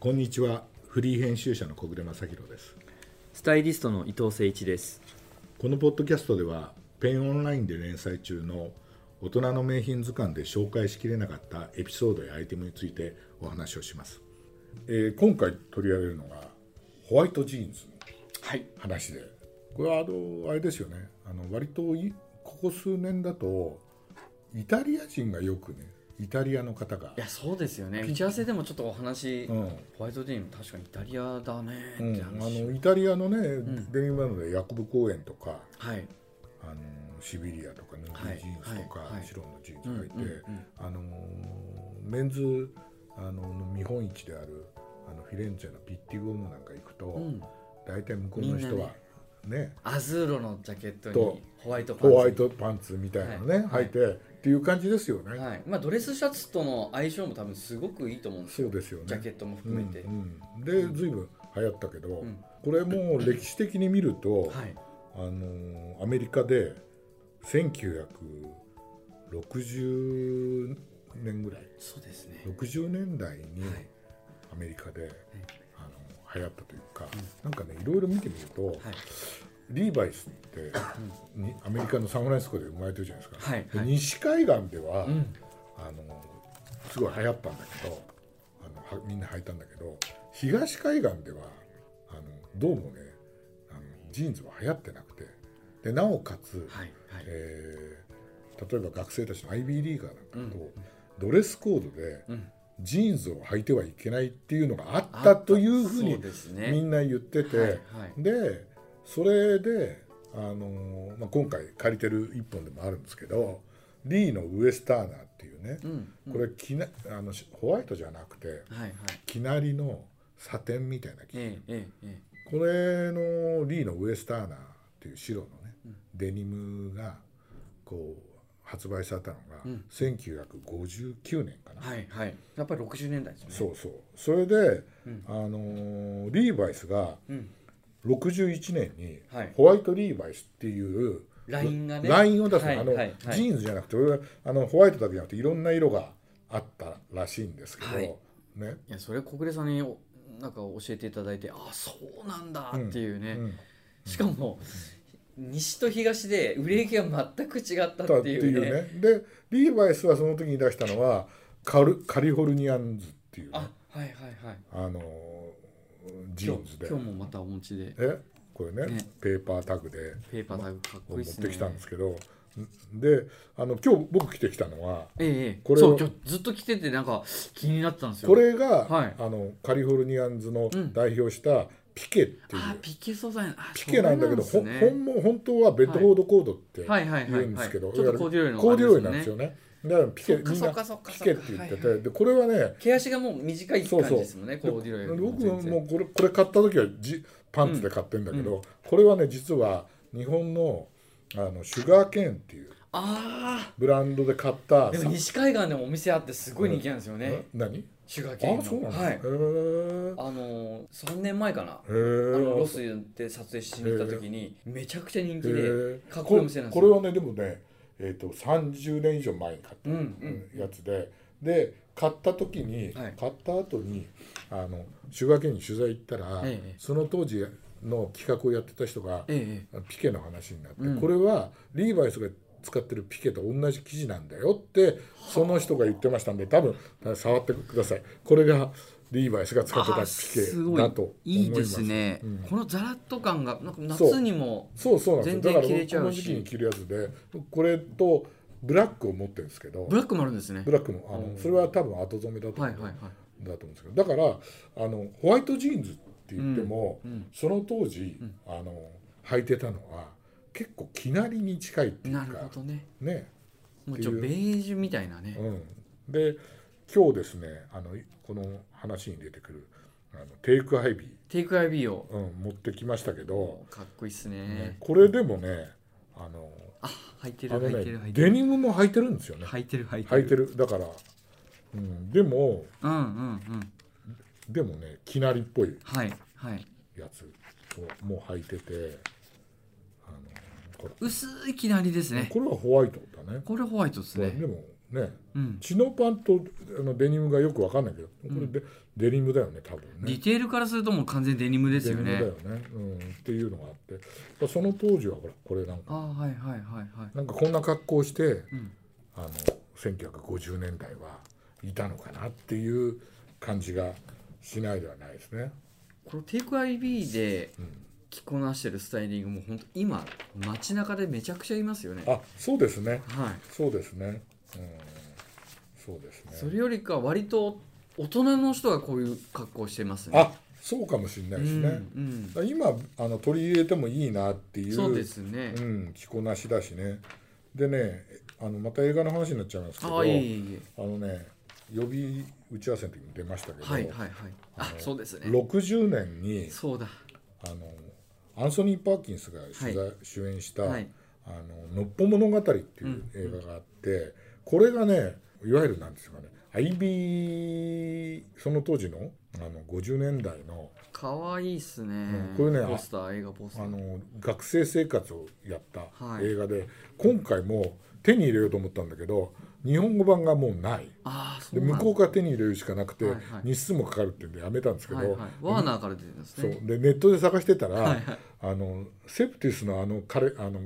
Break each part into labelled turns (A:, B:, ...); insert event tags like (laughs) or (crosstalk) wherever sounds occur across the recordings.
A: こんにちはフリー編集者の小暮正弘です
B: スタイリストの伊藤誠一です。
A: このポッドキャストではペンオンラインで連載中の大人の名品図鑑で紹介しきれなかったエピソードやアイテムについてお話をします、えー今回取り上げるのがホワイトジーンズの
B: はい。
A: 話でこれはあのあれですよねあの割といここ数年だとイタリア人がよくねイタリアの方が
B: いや、そうですよね。打ち合わせでもちょっとお話、
A: うん
B: ホワイトディーン、確かにイタリアだね
A: う
B: っ
A: ん
B: て、
A: あ
B: 話、
A: のイタリアのね、デニムバンドでヤコブ公園とか
B: はい。
A: あのシビリアとかヌーディジーンズとか、
B: はいはいはい
A: 白のジーンズがいて、
B: うんうんうん
A: あのメンズあの見本市であるあのフィレンツェのピッティゴームなんか行くと、
B: うん。
A: 大体向こうの人はね
B: アズーロのジャケット
A: と
B: にホワイトパンツ。
A: ホワイトパンツみたいなのね、
B: は
A: 履い
B: い
A: て、っていう感じですよね、
B: はい。まあ、ドレスシャツとの相性も多分すごくいいと思うんです
A: そう
B: よ。
A: ですよね
B: ジャケットも含めて。
A: うんうん、で随分流行ったけど、
B: ん
A: これもう歴史的に見ると、
B: はい。
A: あのーアメリカで1960年ぐらい
B: そうですね。
A: 60年代に
B: はい
A: アメリカで、あの流行ったというか、なんかねいろいろ見てみると、
B: はい。
A: リーバイスってにアメリカのサンフランシスコで生まれてるじゃないですか、
B: はい
A: で
B: はい
A: 西海岸では、
B: ん
A: あのすごい流行ったんだけどあのはみんな履いたんだけど東海岸ではあのどうもねあのジーンズは流行ってなくてでなおかつ、
B: はい。はい。
A: えー例えば学生たちの IB リーガーなんかと、ドレスコードで
B: うん。
A: ジーンズを履いてはいけないっていうのがあったというふう
B: そ
A: に
B: うですね。
A: みんな言ってて、
B: はいはい
A: でそれで、あのーまあ、今回借りてる一本でもあるんですけどリーのウエスターナーっていうね、
B: うん。
A: これきなあのしホワイトじゃなくて
B: はいはい。
A: きなりのサテンみたいな生地
B: えええええ
A: これのリーのウエスターナーっていう白のね、デニムがこう発売されたのが
B: うん
A: 1959年かな
B: え。はいはい。やっぱり60年代ですね。。
A: そううそうそれで、
B: うん
A: あのーリーバイスが
B: うん。
A: 61年に
B: はい
A: ホワイトリーバイスっていう
B: ラインがね
A: ラインを出すの、
B: はい
A: あの
B: はいはい
A: ジーンズじゃなくて俺はあのホワイトだけじゃなくていろんな色があったらしいんですけど、
B: はい
A: ね、
B: いやそれ小暮さんにおなんか教えていただいてあそうなんだっていうね、
A: うん、
B: しかも、西と東で売れ行きが全く違った
A: だ
B: っ
A: ってて
B: い
A: いうう
B: ね
A: ねでリーバイスはその時に出したのはカルカリフォルニアンズっていうね、
B: あはいはいはい
A: あのージ
B: 今
A: ーンズ
B: 日
A: で
B: 今日もまたお持ちで
A: えこれね
B: ね
A: ペーパータグで
B: ペーパータグかっこ
A: 持
B: い
A: っ
B: いっす
A: て
B: ね
A: きたんですけど、であの今日僕着てきたのは
B: ええええ
A: これ
B: そ
A: を
B: う今日ずっと着ててなんか気になってたんですよ
A: これが、
B: はい
A: あのカリフォルニアンズの
B: うん
A: 代表したピケっていう、
B: あピケ素材あ
A: ピケなんだけど、
B: そう
A: ほ
B: なんですね
A: 本も本当はベッドフォードコードって
B: はいはいはい
A: 言
B: は
A: う
B: い
A: んですけど、
B: ちょっと
A: いわゆる
B: コーデュロ
A: コーデュロイ
B: イの
A: なん
B: あ
A: で
B: れですす
A: よ
B: よ
A: ね。だからピケ
B: そっか
A: みん
B: そ
A: な
B: っかそっか
A: ピケって言ってて、
B: はいはい
A: でこれはね、
B: 毛足がもう短い感じですもんね
A: で
B: コーデュロイよりも
A: 僕
B: 全然
A: もうこれこれ買った時はじパンツで買ってんだけど、これはね実は日本のあのシュガーケーンっていう
B: あ
A: ブランドで買った
B: あでも西海岸でもお店あってすごい人気なんですよね、
A: ん何
B: シュガーケーンの
A: あそうなの、
B: は
A: へ
B: い
A: ー
B: あのー、3年前かな、
A: へ
B: あ
A: ー
B: のロスで撮影しに行った時に、めちゃくちゃ人気で
A: へー
B: かっこいいお店なんです
A: これ
B: よ
A: これはねでもね、えー、と30年以上前に買った
B: うん
A: やつで、で買った時に、
B: はい
A: 買った後にあのシュガーケーンに取材行ったら、
B: ええ
A: その当時の企画をやってた人が、
B: ええ
A: ピケの話になって、
B: うん
A: これはリーバイスが使ってるピケと同じ生地なんだよってその人が言ってましたんで多分触ってくださいこれがリーバイスが使ってた
B: あ
A: ピ
B: ーす
A: ケ
B: ごい
A: だと思います
B: いいですね、
A: うん
B: このザラッと感がなんか
A: そう
B: 夏にも
A: そうそうなんですよ
B: 全然
A: だから
B: 切れちゃ
A: この
B: うし
A: 時期に着るやつでこれとブラックを持ってるんですけど
B: ブラックもあるんですね
A: ブラックもあ
B: うん
A: のそれは多分後染めだと思
B: は
A: う
B: いはいはい
A: だと思うんですけどだからあのホワイトジーンズって言っても、
B: うんうん
A: その当時、あの履いてたのは結構きなりに近いっていうか
B: なるほどね
A: ね、
B: もうちょっとベージュみたいなね、
A: うん、で今日ですねあのこの話に出てくるあのテイクハイビ
B: テイクアイビーを
A: ー、うん、持ってきましたけど、
B: かっこいいっすね
A: ねこれでもねあの
B: あ履いて
A: あ
B: る
A: の
B: 履いてる
A: ね
B: 履いて
A: デ
B: る
A: ニムも履いてるんですよね
B: 履いてる履いてる
A: 履いてるだから、うん、でも
B: うんうんうん
A: でもねきなりっぽい
B: はいはい
A: やつをもう履いててあのこれ
B: 薄いきなりですね
A: これはホワイトだね
B: これホワイトです
A: これ
B: ね
A: でもねね
B: うん、
A: チノパンとあのデニムがよく分かんないけどこれで、デニムだよね多分ね。
B: ディテールからするともう完全デニムですよ
A: デニ
B: ね
A: ムだよね、うん、っていうのがあってその当時はほらこれなんか
B: ああはいはいはいはい
A: なんかこんな格好をして
B: うん
A: あの1950年代はいたのかなっていう感じがしないではないですね。
B: このテイク IB で
A: うん
B: 着こなしてるスタイリングも本当今街中でめちゃくちゃいますよね
A: あそうですね
B: はい
A: そうですね。うんそうですね。
B: それよりか割と大人の人がこういう格好をしてますね
A: あそうかもしれないですね。
B: うん
A: だから今あの取り入れてもいいなって
B: う
A: い
B: ん、
A: う
B: そうですね、
A: うん、着こなしだしねでねあのまた映画の話になっちゃいますけど
B: ああいえいえいえ
A: あのね予備打ち合わせの時に出ましたけど、
B: はいはいはいあそうですね
A: 60年に
B: そうだ
A: あのアンソニー・パーキンスが主題、
B: は
A: 主演した「
B: はい
A: あののっぽ物語」っていう映画があって、これがねいわゆるなんですかね IB その当時のあの50年代の
B: 可愛いっすね、
A: んこれねあ
B: ポスター映画ポスター
A: あの学生生活をやった
B: はい
A: 映画で、今回も手に入れようと思ったんだけど日本語版がもうない
B: ああそ
A: で
B: うなん
A: 向
B: だ
A: こうから手に入れるしかなくて、
B: はいはい
A: 日数もかかるっていうんでやめたんですけど、
B: はいはい、ワーナーから出てるんです
A: そう
B: ね
A: でネットで探してたら、
B: はいはい
A: あのセプティスのあの彼あの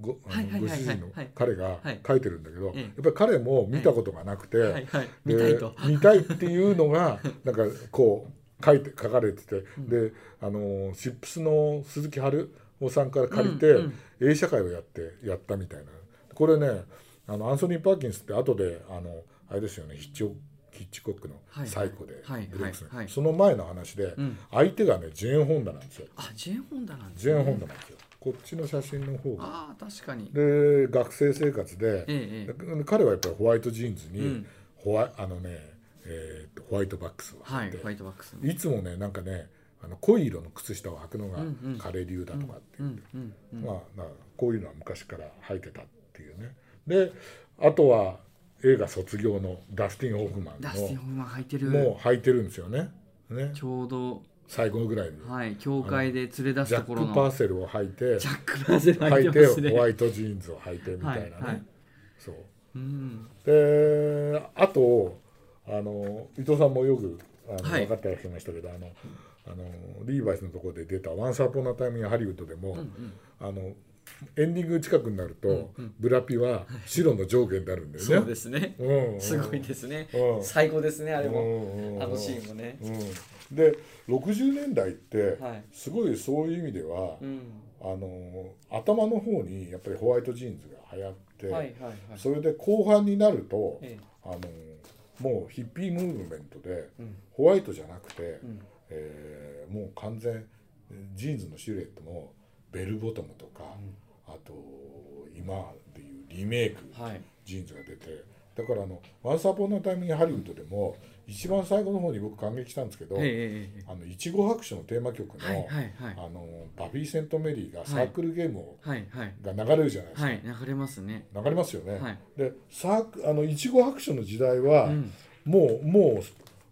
A: ごあ
B: はいは
A: のご
B: いはいはい
A: 主人の
B: はい
A: 彼が
B: はい
A: 書いてるんだけど、
B: ええ
A: やっぱり彼も見たことがなくて、
B: はいはい
A: で
B: 見たいと
A: 見たいっていうの
B: (laughs)
A: がなんかこう書いて書かれてて、であのシップスの鈴木春夫さんから借りて、
B: うん
A: 映写会をやってやったみたいなこれねあのアンソニー・パーキンスって後であのあれですよねヒッチコヒッチコックの
B: はい
A: 「サイコ」で
B: はい
A: ブレイクする
B: はいはい
A: その前の話で、
B: うん
A: 相手がねジェーン・ホンダなんですよ
B: あジェーン・ホンダなんです
A: ジェーン・ホンダなんですよこっちの写真の方が
B: ああ確かに
A: で学生生活で、
B: ええええ
A: 彼はやっぱりホワイトジーンズに、
B: うん
A: ホワイあのね、えーっとホワイトバックスを
B: は
A: 履い
B: い
A: て、
B: ホワイトバックスの
A: い、つもねなんかねあの濃い色の靴下を履くのが
B: うんうん
A: 彼流だとかっていうう、
B: んうんうん
A: まあまあこういうのは昔から履いてたっていうねであとは映画卒業のダスティン・ホフマン
B: ダスティン・ホ
A: の
B: フマン履いてる
A: もう履いてるんですよねね
B: ちょうど
A: 最後ぐらいに、
B: はい教会で連れ出
A: ジ
B: す
A: ャ
B: ところ
A: ック・パー
B: の
A: セルを履いて
B: ジャック・パーセル
A: 履
B: 履
A: い
B: いて
A: て
B: ますね
A: ホワイトジーンズを履いてみたいなね、
B: はいはい
A: そう
B: うん
A: であとあの伊藤さんもよくあの、
B: はい
A: 分かってらっしゃいましたけどあのあのリーバイスのところで出た「ワンサーポンのタイムやハリウッド」でも、あのエンディング近くになると、ブラピは白の上下になるんだよね。
B: そうですね
A: うんうん
B: すごいですね
A: うん
B: 最高ですねあれも
A: うんうんうん
B: あのシーンもね
A: うん、で60年代って、
B: はい
A: すごいそういう意味では、
B: うん
A: あの頭の方にやっぱりホワイトジーンズが流行って、
B: はいはいはい
A: それで後半になると、
B: ええ
A: あのもうヒッピームーブメントで、
B: うん
A: ホワイトじゃなくて、
B: うん
A: えーもう完全ジーンズのシルエットもベルボトムとか、あと今でいうリメイク
B: はい
A: ジーンズが出てだからあの「ワンサポのタイミングハリウッド」でも一番最後の方に僕感激したんですけど
B: ええええええ
A: あのいちご白書のテーマ曲の,、
B: はいはいはい
A: あのバビー・セント・メリーがサークルゲームを、
B: はいはい
A: が流れるじゃないですか。
B: はい流れますね
A: 流れますよね、
B: はい
A: でサークあのいちご白書の時代は、
B: うん
A: もうも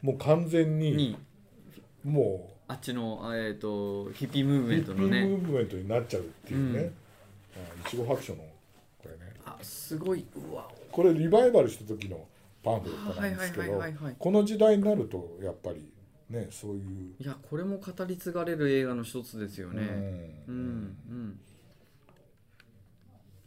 A: うもう完全に
B: に
A: も
B: あっちのえっとヒッピーム
A: う
B: ー
A: ヒ
B: ブメン
A: ッピ
B: ト
A: ー
B: の
A: ム
B: ね
A: ーブメントになっちゃうっていうね、
B: う
A: あいちご白書のこれね
B: あすごいうわ
A: これリバイバルした時のパンフレットなんですけ
B: はい
A: ど
B: はいはいはいはい
A: この時代になるとやっぱりねそういう、
B: いやこれも語り継がれる映画の一つですよねう
A: うんん
B: うん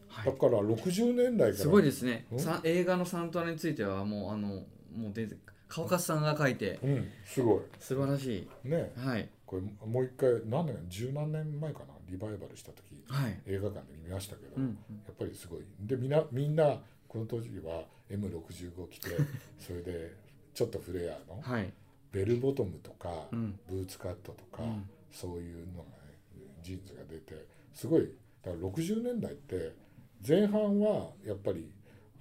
B: は
A: だ
B: い
A: から60年代から
B: すごいですね
A: うん
B: さ映画のサントラについてはもうあのもう出て川勝さんが書いて
A: うんすご
B: 素晴らし
A: いね
B: いはい
A: これもう一回何年十何年前かなリバイバルした時
B: はい
A: 映画館で見ましたけど、
B: うん
A: やっぱりすごいでみんなみんなこの当時は M65 着てそれでちょっとフレアの
B: はい
A: ベルボトムとか、
B: うん
A: ブーツカットとか、
B: うん
A: そういうのが、ね、ジーンズが出てすごいだから60年代って前半はやっぱり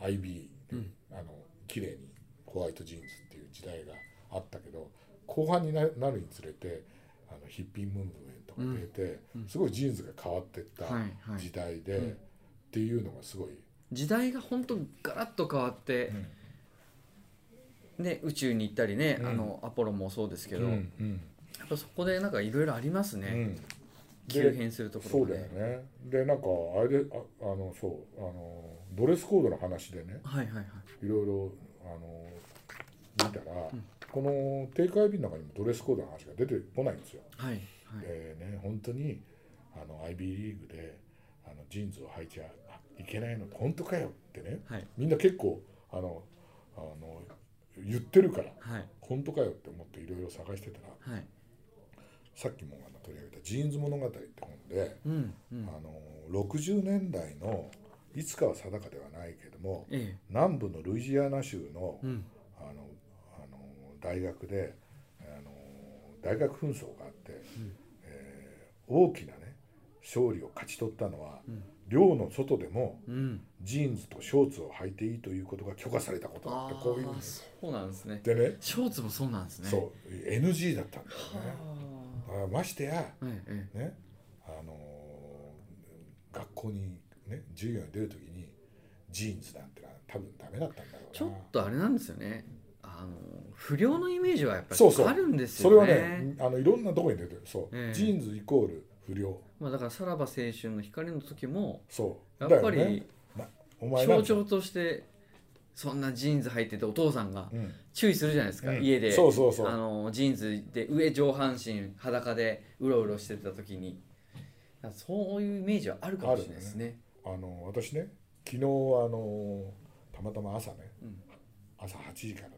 A: IB で、あの綺麗にホワイトジーンズっていう時代があったけど後半にななるにつれてあのヒッピームーブメントが出て、すごいジーンズが変わってった
B: はいはい
A: 時代で、っていうのがすごい、
B: 時代が本当ガラッと変わって
A: うん
B: ね宇宙に行ったりね
A: うん
B: あのアポロもそうですけ
A: う
B: どや
A: んうん
B: っぱそこでなんかいろいろあります
A: う
B: ね
A: ん、
B: 急変するとこ
A: そ
B: ろ
A: う
B: が
A: だよ
B: ね
A: ねでなんかあれでああのそうあのドレスコードの話でね
B: はいはいはい
A: いろいろあの見たら、この定会日の中にもドレスコードの話が出てこないんですよ。
B: はいはい
A: でね本当にあの IB リーグであのジーンズを履いちゃいけないの本当かよってね
B: はい
A: みんな結構あのあの言ってるから
B: はい
A: 本当かよって思っていろいろ探してたら
B: はい
A: さっきもあの取り上げた「ジーンズ物語」って本で、
B: うんうん
A: あの60年代のいつかは定かではないけども
B: え
A: 南部のルイジアナ州の
B: えうん
A: あのあの大学であの大学紛争があって、えー大きなね勝利を勝ち取ったのは、寮の外でも
B: うん
A: ジーンズとショーツを履いていいということが許可されたことだってこういう
B: あーそうなんですね
A: でね
B: ショーツもそうなんですね
A: そう NG だったんだよね。
B: は
A: あーましてや
B: あええ
A: ねあのー学校にね授業に出る時にジーンズなんてのは多分ダメだったんだろうな
B: ちょっとあれなんですよねあの不良のイメージはやっぱ
A: そうそう
B: りあるんです
A: そ
B: よ
A: れ
B: ね
A: はねあのいろんなとこに出てるそう、
B: ええ
A: ジーンズイコール不良
B: まあ、だからさらば青春の光の時も
A: そう
B: やっぱ
A: だよね
B: り
A: なお前なん
B: 象
A: か
B: 徴としてそんなジーンズ履いててお父さんが
A: うん
B: 注意するじゃないですか、
A: うん
B: 家で
A: そうそうそう
B: あのジーンズで上上半身裸でうろうろしてた時にだからそういうイメージはあるかもしれないですね
A: あの私ね昨日あのたまたま朝ね、
B: うん
A: 朝8時からね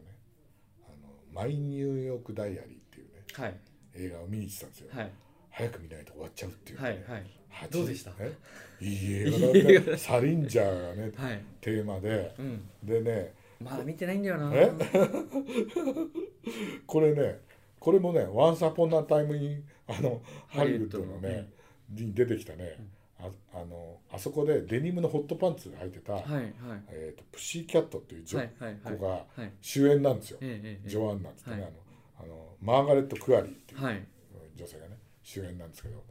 A: 「あのマイ・ニューヨーク・ダイアリー」っていうね
B: はい
A: 映画を見に行ってたんですよ、
B: はい
A: 早く見ないと終わっちゃうっていうね、
B: はいはい
A: 8
B: どうでした
A: ねいい映画だった
B: いい映 (laughs)
A: よサリンジャーがね
B: はい
A: テーマで
B: うん
A: でね
B: まだ見てないんだよな
A: えこれねこれもね「ワンサポ n タイムにあのハ
B: ハ
A: リ
B: リ
A: ウ
B: ウ
A: ッ
B: ッ
A: ド
B: ド
A: の
B: の
A: ねに出てきたねああのあそこでデニムのホットパンツ履いてた、
B: はいはい
A: えー、とプシーキャットっていう女、
B: はいはいはい
A: 子が
B: はい
A: 主演なんですよ、
B: ええええ
A: ジョアンナっつってね、
B: は
A: あのあのマーガレット・クアリーっていう
B: はい
A: 女性がね主演なんですけど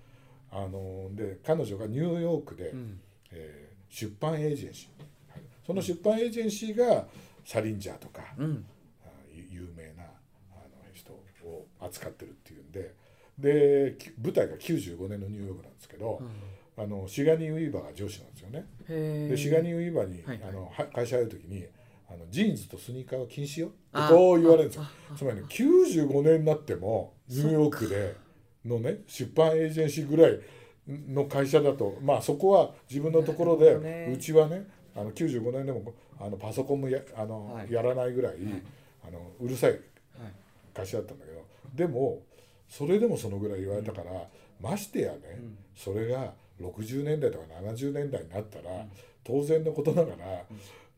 A: あので彼女がニューヨークで、
B: うん
A: えー出版エージェンシーはいその出版エージェンシーがサリンジャーとか、
B: うん
A: あゆ有名なあの人を扱ってるっていうんででき舞台が95年のニューヨークなんですけど、あのシガニー・ウィーバーが上司なんですよね。
B: へ
A: で
B: え
A: シガニー・ウィーバーに、
B: はいはい
A: あのは会社入る時にあのジーンズとスニーカーは禁止よ
B: あ
A: っ
B: ー
A: てこう言われるんですよ
B: あああ
A: つまり、ね、95年になってもニューヨークでのね出版エージェンシーぐらいの会社だとまあそこは自分のところ
B: な
A: で、
B: るほどね
A: うちはねあの95年でもあのパソコンもやあの、
B: はい
A: やらないぐらい、あのうるさい
B: はい
A: 会社だったんだけどでもそれでもそのぐらい言われたから、ましてやね、
B: ん
A: それが60年代とか70年代になったら、当然のことながら、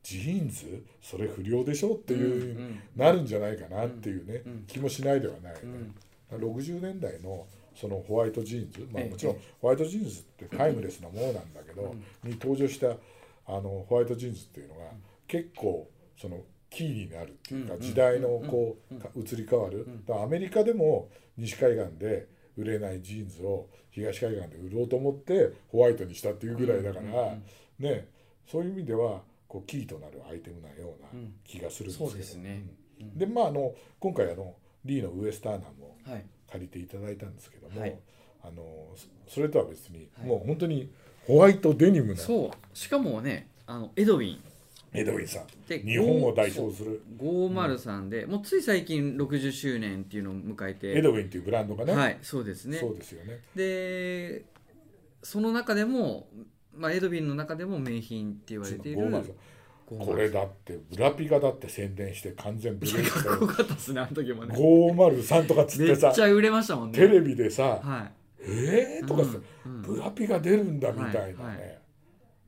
A: ジーンズそれ不良でしょっていう、
B: うんうん
A: なるんじゃないかなっていうね、
B: うん
A: 気もしないではないよね、
B: うん
A: 60年代のそのホワイトジーンズ、まあ、
B: ええ
A: もちろんホワイトジーンズってタイムレスなものなんだけど、に登場したあのホワイトジーンズっていうのが結構そのキーになるっていうか
B: うん
A: 時代のこうか移り変わるだからアメリカでも西海岸で売れないジーンズを東海岸で売ろうと思ってホワイトにしたっていうぐらいだからねそういう意味ではこうキーとなるアイテムなような気がするんですけど
B: そうですね
A: うんでまああの今回あのリーのウエスターナも
B: はい
A: 借りていただいたんですけども、
B: はい
A: あのそそれとは別に、
B: はい
A: もう本当にホワイトデニムの
B: そうしかもねあのエドウィン
A: エドウィンさん
B: で
A: 日本を代表する
B: 503で、もうつい最近60周年っていうのを迎えて
A: エドウィンというブランドがね,、
B: はいそうですね
A: そうですよね
B: でその中でも、まあ、エドビンの中でも名品って言われている
A: 503
B: 503
A: これだってブラピがだって宣伝して完全ブレイクし
B: (laughs) か
A: た
B: っこ
A: よ
B: よかったですねあの時もね
A: 503とかつっ
B: め
A: て
B: っち
A: さ
B: ゃ売れましたもんね
A: テレビでさ
B: は
A: 「えー?」
B: い
A: とかさ、
B: うんうん
A: ブラピが出るんだみたいなね、
B: はいは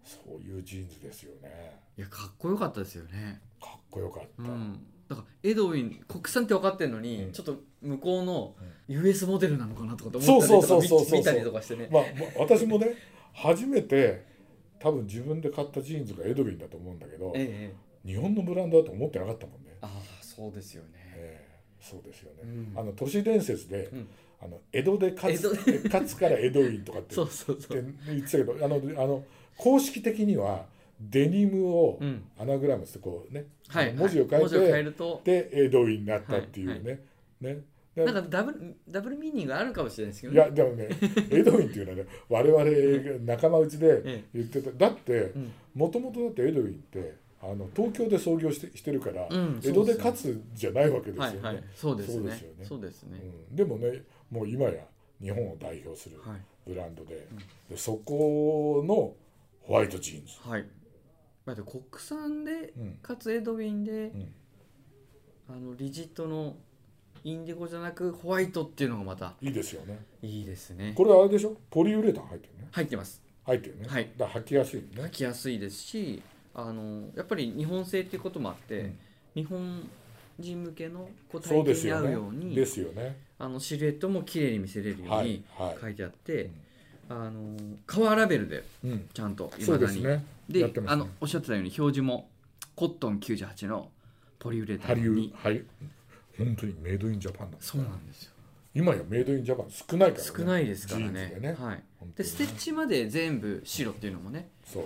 A: そういうジーンズですよね
B: いやかっこよかったですよね
A: かっこよかった、
B: うんだからエドウィン国産って分かってるのに、
A: うん
B: ちょっと向こうの US モデルなのかなとかと思った
A: そう
B: り
A: そ
B: と
A: う
B: か
A: そうそうそう
B: 見見たりとかしてね、
A: まあ、ま私もね初めて多分自分で買ったジーンズがエドウィンだと思うんだけど
B: ええええ
A: 日本のブランドだと思ってなかったもんね、
B: ああそうですよね
A: ええそうですよね、
B: うん
A: あの都市伝説で、
B: うん
A: あの江戸で勝つ勝つからエドウィンとかって
B: そ
A: 言っ
B: (laughs) うそうそ
A: て
B: う
A: 言ってたけどあのあの公式的にはデニムを
B: うん
A: アナグラムしてこうね、
B: はい、
A: 文字を書いて、
B: 文字を変えると
A: でエドウィンになったっていうね,、ねだ
B: なんかダブルダブルミーニングあるかもしれないですけど
A: い
B: ね
A: やでも
B: (laughs)
A: ねエドウィンっていうのはね我々が仲間内で
B: え
A: 言ってただって
B: うん
A: もともとだってエドウィンってあの東京で創業してしてるから、
B: うん
A: 江
B: そう
A: 戸で
B: で
A: す
B: ね
A: 勝つじゃないわけですよ
B: はい
A: ね、
B: はいそうですね
A: そ
B: そうですね
A: うん、でもねもう今や日本を代表する
B: はい
A: ブランドで,、でそこのホワイトジーンズ、
B: はいまあでも国産で
A: うん
B: かつエドウィンで
A: うん
B: あのリジットのインディゴじゃなくホワイトっていうのがまた
A: いいですよね
B: いいですね
A: これあれでしょポリウレタン入ってるね
B: 入ってます
A: 入ってるね、
B: はい
A: だから履きやすいよね
B: 履きやすいですしあのやっぱり日本製っていうこともあって、
A: うん
B: 日本人向けのこう
A: そ
B: 体
A: うで
B: 型
A: す
B: に合
A: よ
B: うよう
A: ね
B: に
A: ですよね
B: あのシルエットも綺麗に見せれるよう
A: はい
B: に
A: はい、
B: 書いてあって、あのカワーラベルで
A: うん、
B: ちゃんと未
A: そうで
B: だ
A: す
B: に
A: ね
B: で
A: やってま
B: あ
A: すね
B: のおっしゃってたように表示もコットン98のポリウレタ
A: ハリ
B: ン
A: ウ
B: に
A: はい本当にメイドインジャパンだ
B: そうなんですよ
A: 今やメイドインジャパン少ないから、ね、
B: 少ないですから
A: ジーン
B: ね
A: ズでね
B: はい、
A: 本当
B: で
A: に
B: ステッチまで全部白っていうのもね
A: そう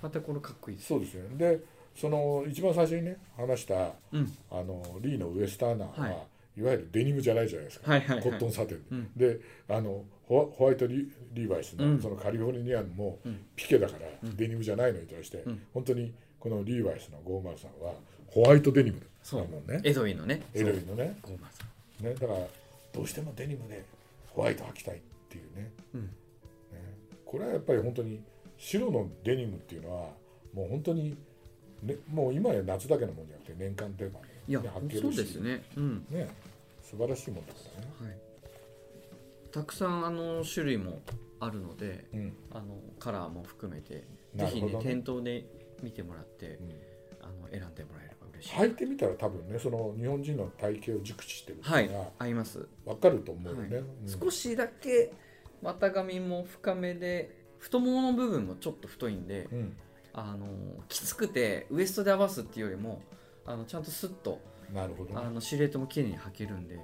B: またこれかっこいいです
A: そうですよねでその一番最初にね話したあ
B: うん
A: のリーのウエスターナーは、
B: はい
A: い、わゆるデニムじゃないじゃないですか、
B: はいはいはい
A: コットンサテンで、
B: うん
A: であのホワホワイトリリーバイスの,、
B: うん
A: そのカリフォルニアンも
B: うん
A: ピケだからデニムじゃないのに対して、
B: うん
A: 本当にこのリーバイスの503はホワイトデニムだ
B: そう
A: もんね
B: エドウィンのね
A: エルビンのね
B: そうゴーマンさん
A: ねだからどうしてもデニムでホワイト履きたいっていうね
B: うん
A: ねこれはやっぱり本当に白のデニムっていうのはもう本当に、ね、もう今や夏だけのもんじゃなくて年間定番
B: いや、
A: ね履けるし
B: そうですね。うん。
A: ね素晴らしいもんだからね、
B: はい。たくさんあの種類もあるので、
A: うん
B: あのカラーも含めて、
A: な
B: ぜ
A: る
B: ひ
A: ほ
B: ね
A: どね
B: 店頭で見てもらって
A: う、ん、
B: あの選んでもらえれば嬉しい。
A: 履いてみたら多分ねその日本人の体型を熟知してるって
B: はいいう
A: のが
B: 合います。
A: 分かると思うよね、
B: は
A: うん
B: 少しだけ股上も深めで、太ももの部分もちょっと太いんで、
A: うん、
B: あのきつくてウエストで合わすっていうよりも、あのちゃんとスッと
A: なるほど
B: あ
A: ね
B: のシルエットも綺麗に履けるんで、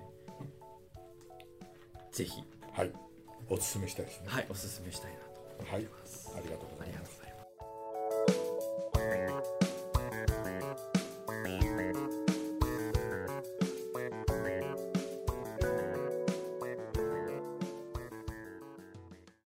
B: ぜひ
A: はいおすすめしたいですね
B: はいおすすめしたいなと
A: はい
B: 思います。
A: ありがとうござ
B: あ
A: い
B: りが
A: ま
B: とう
A: す
B: ございます。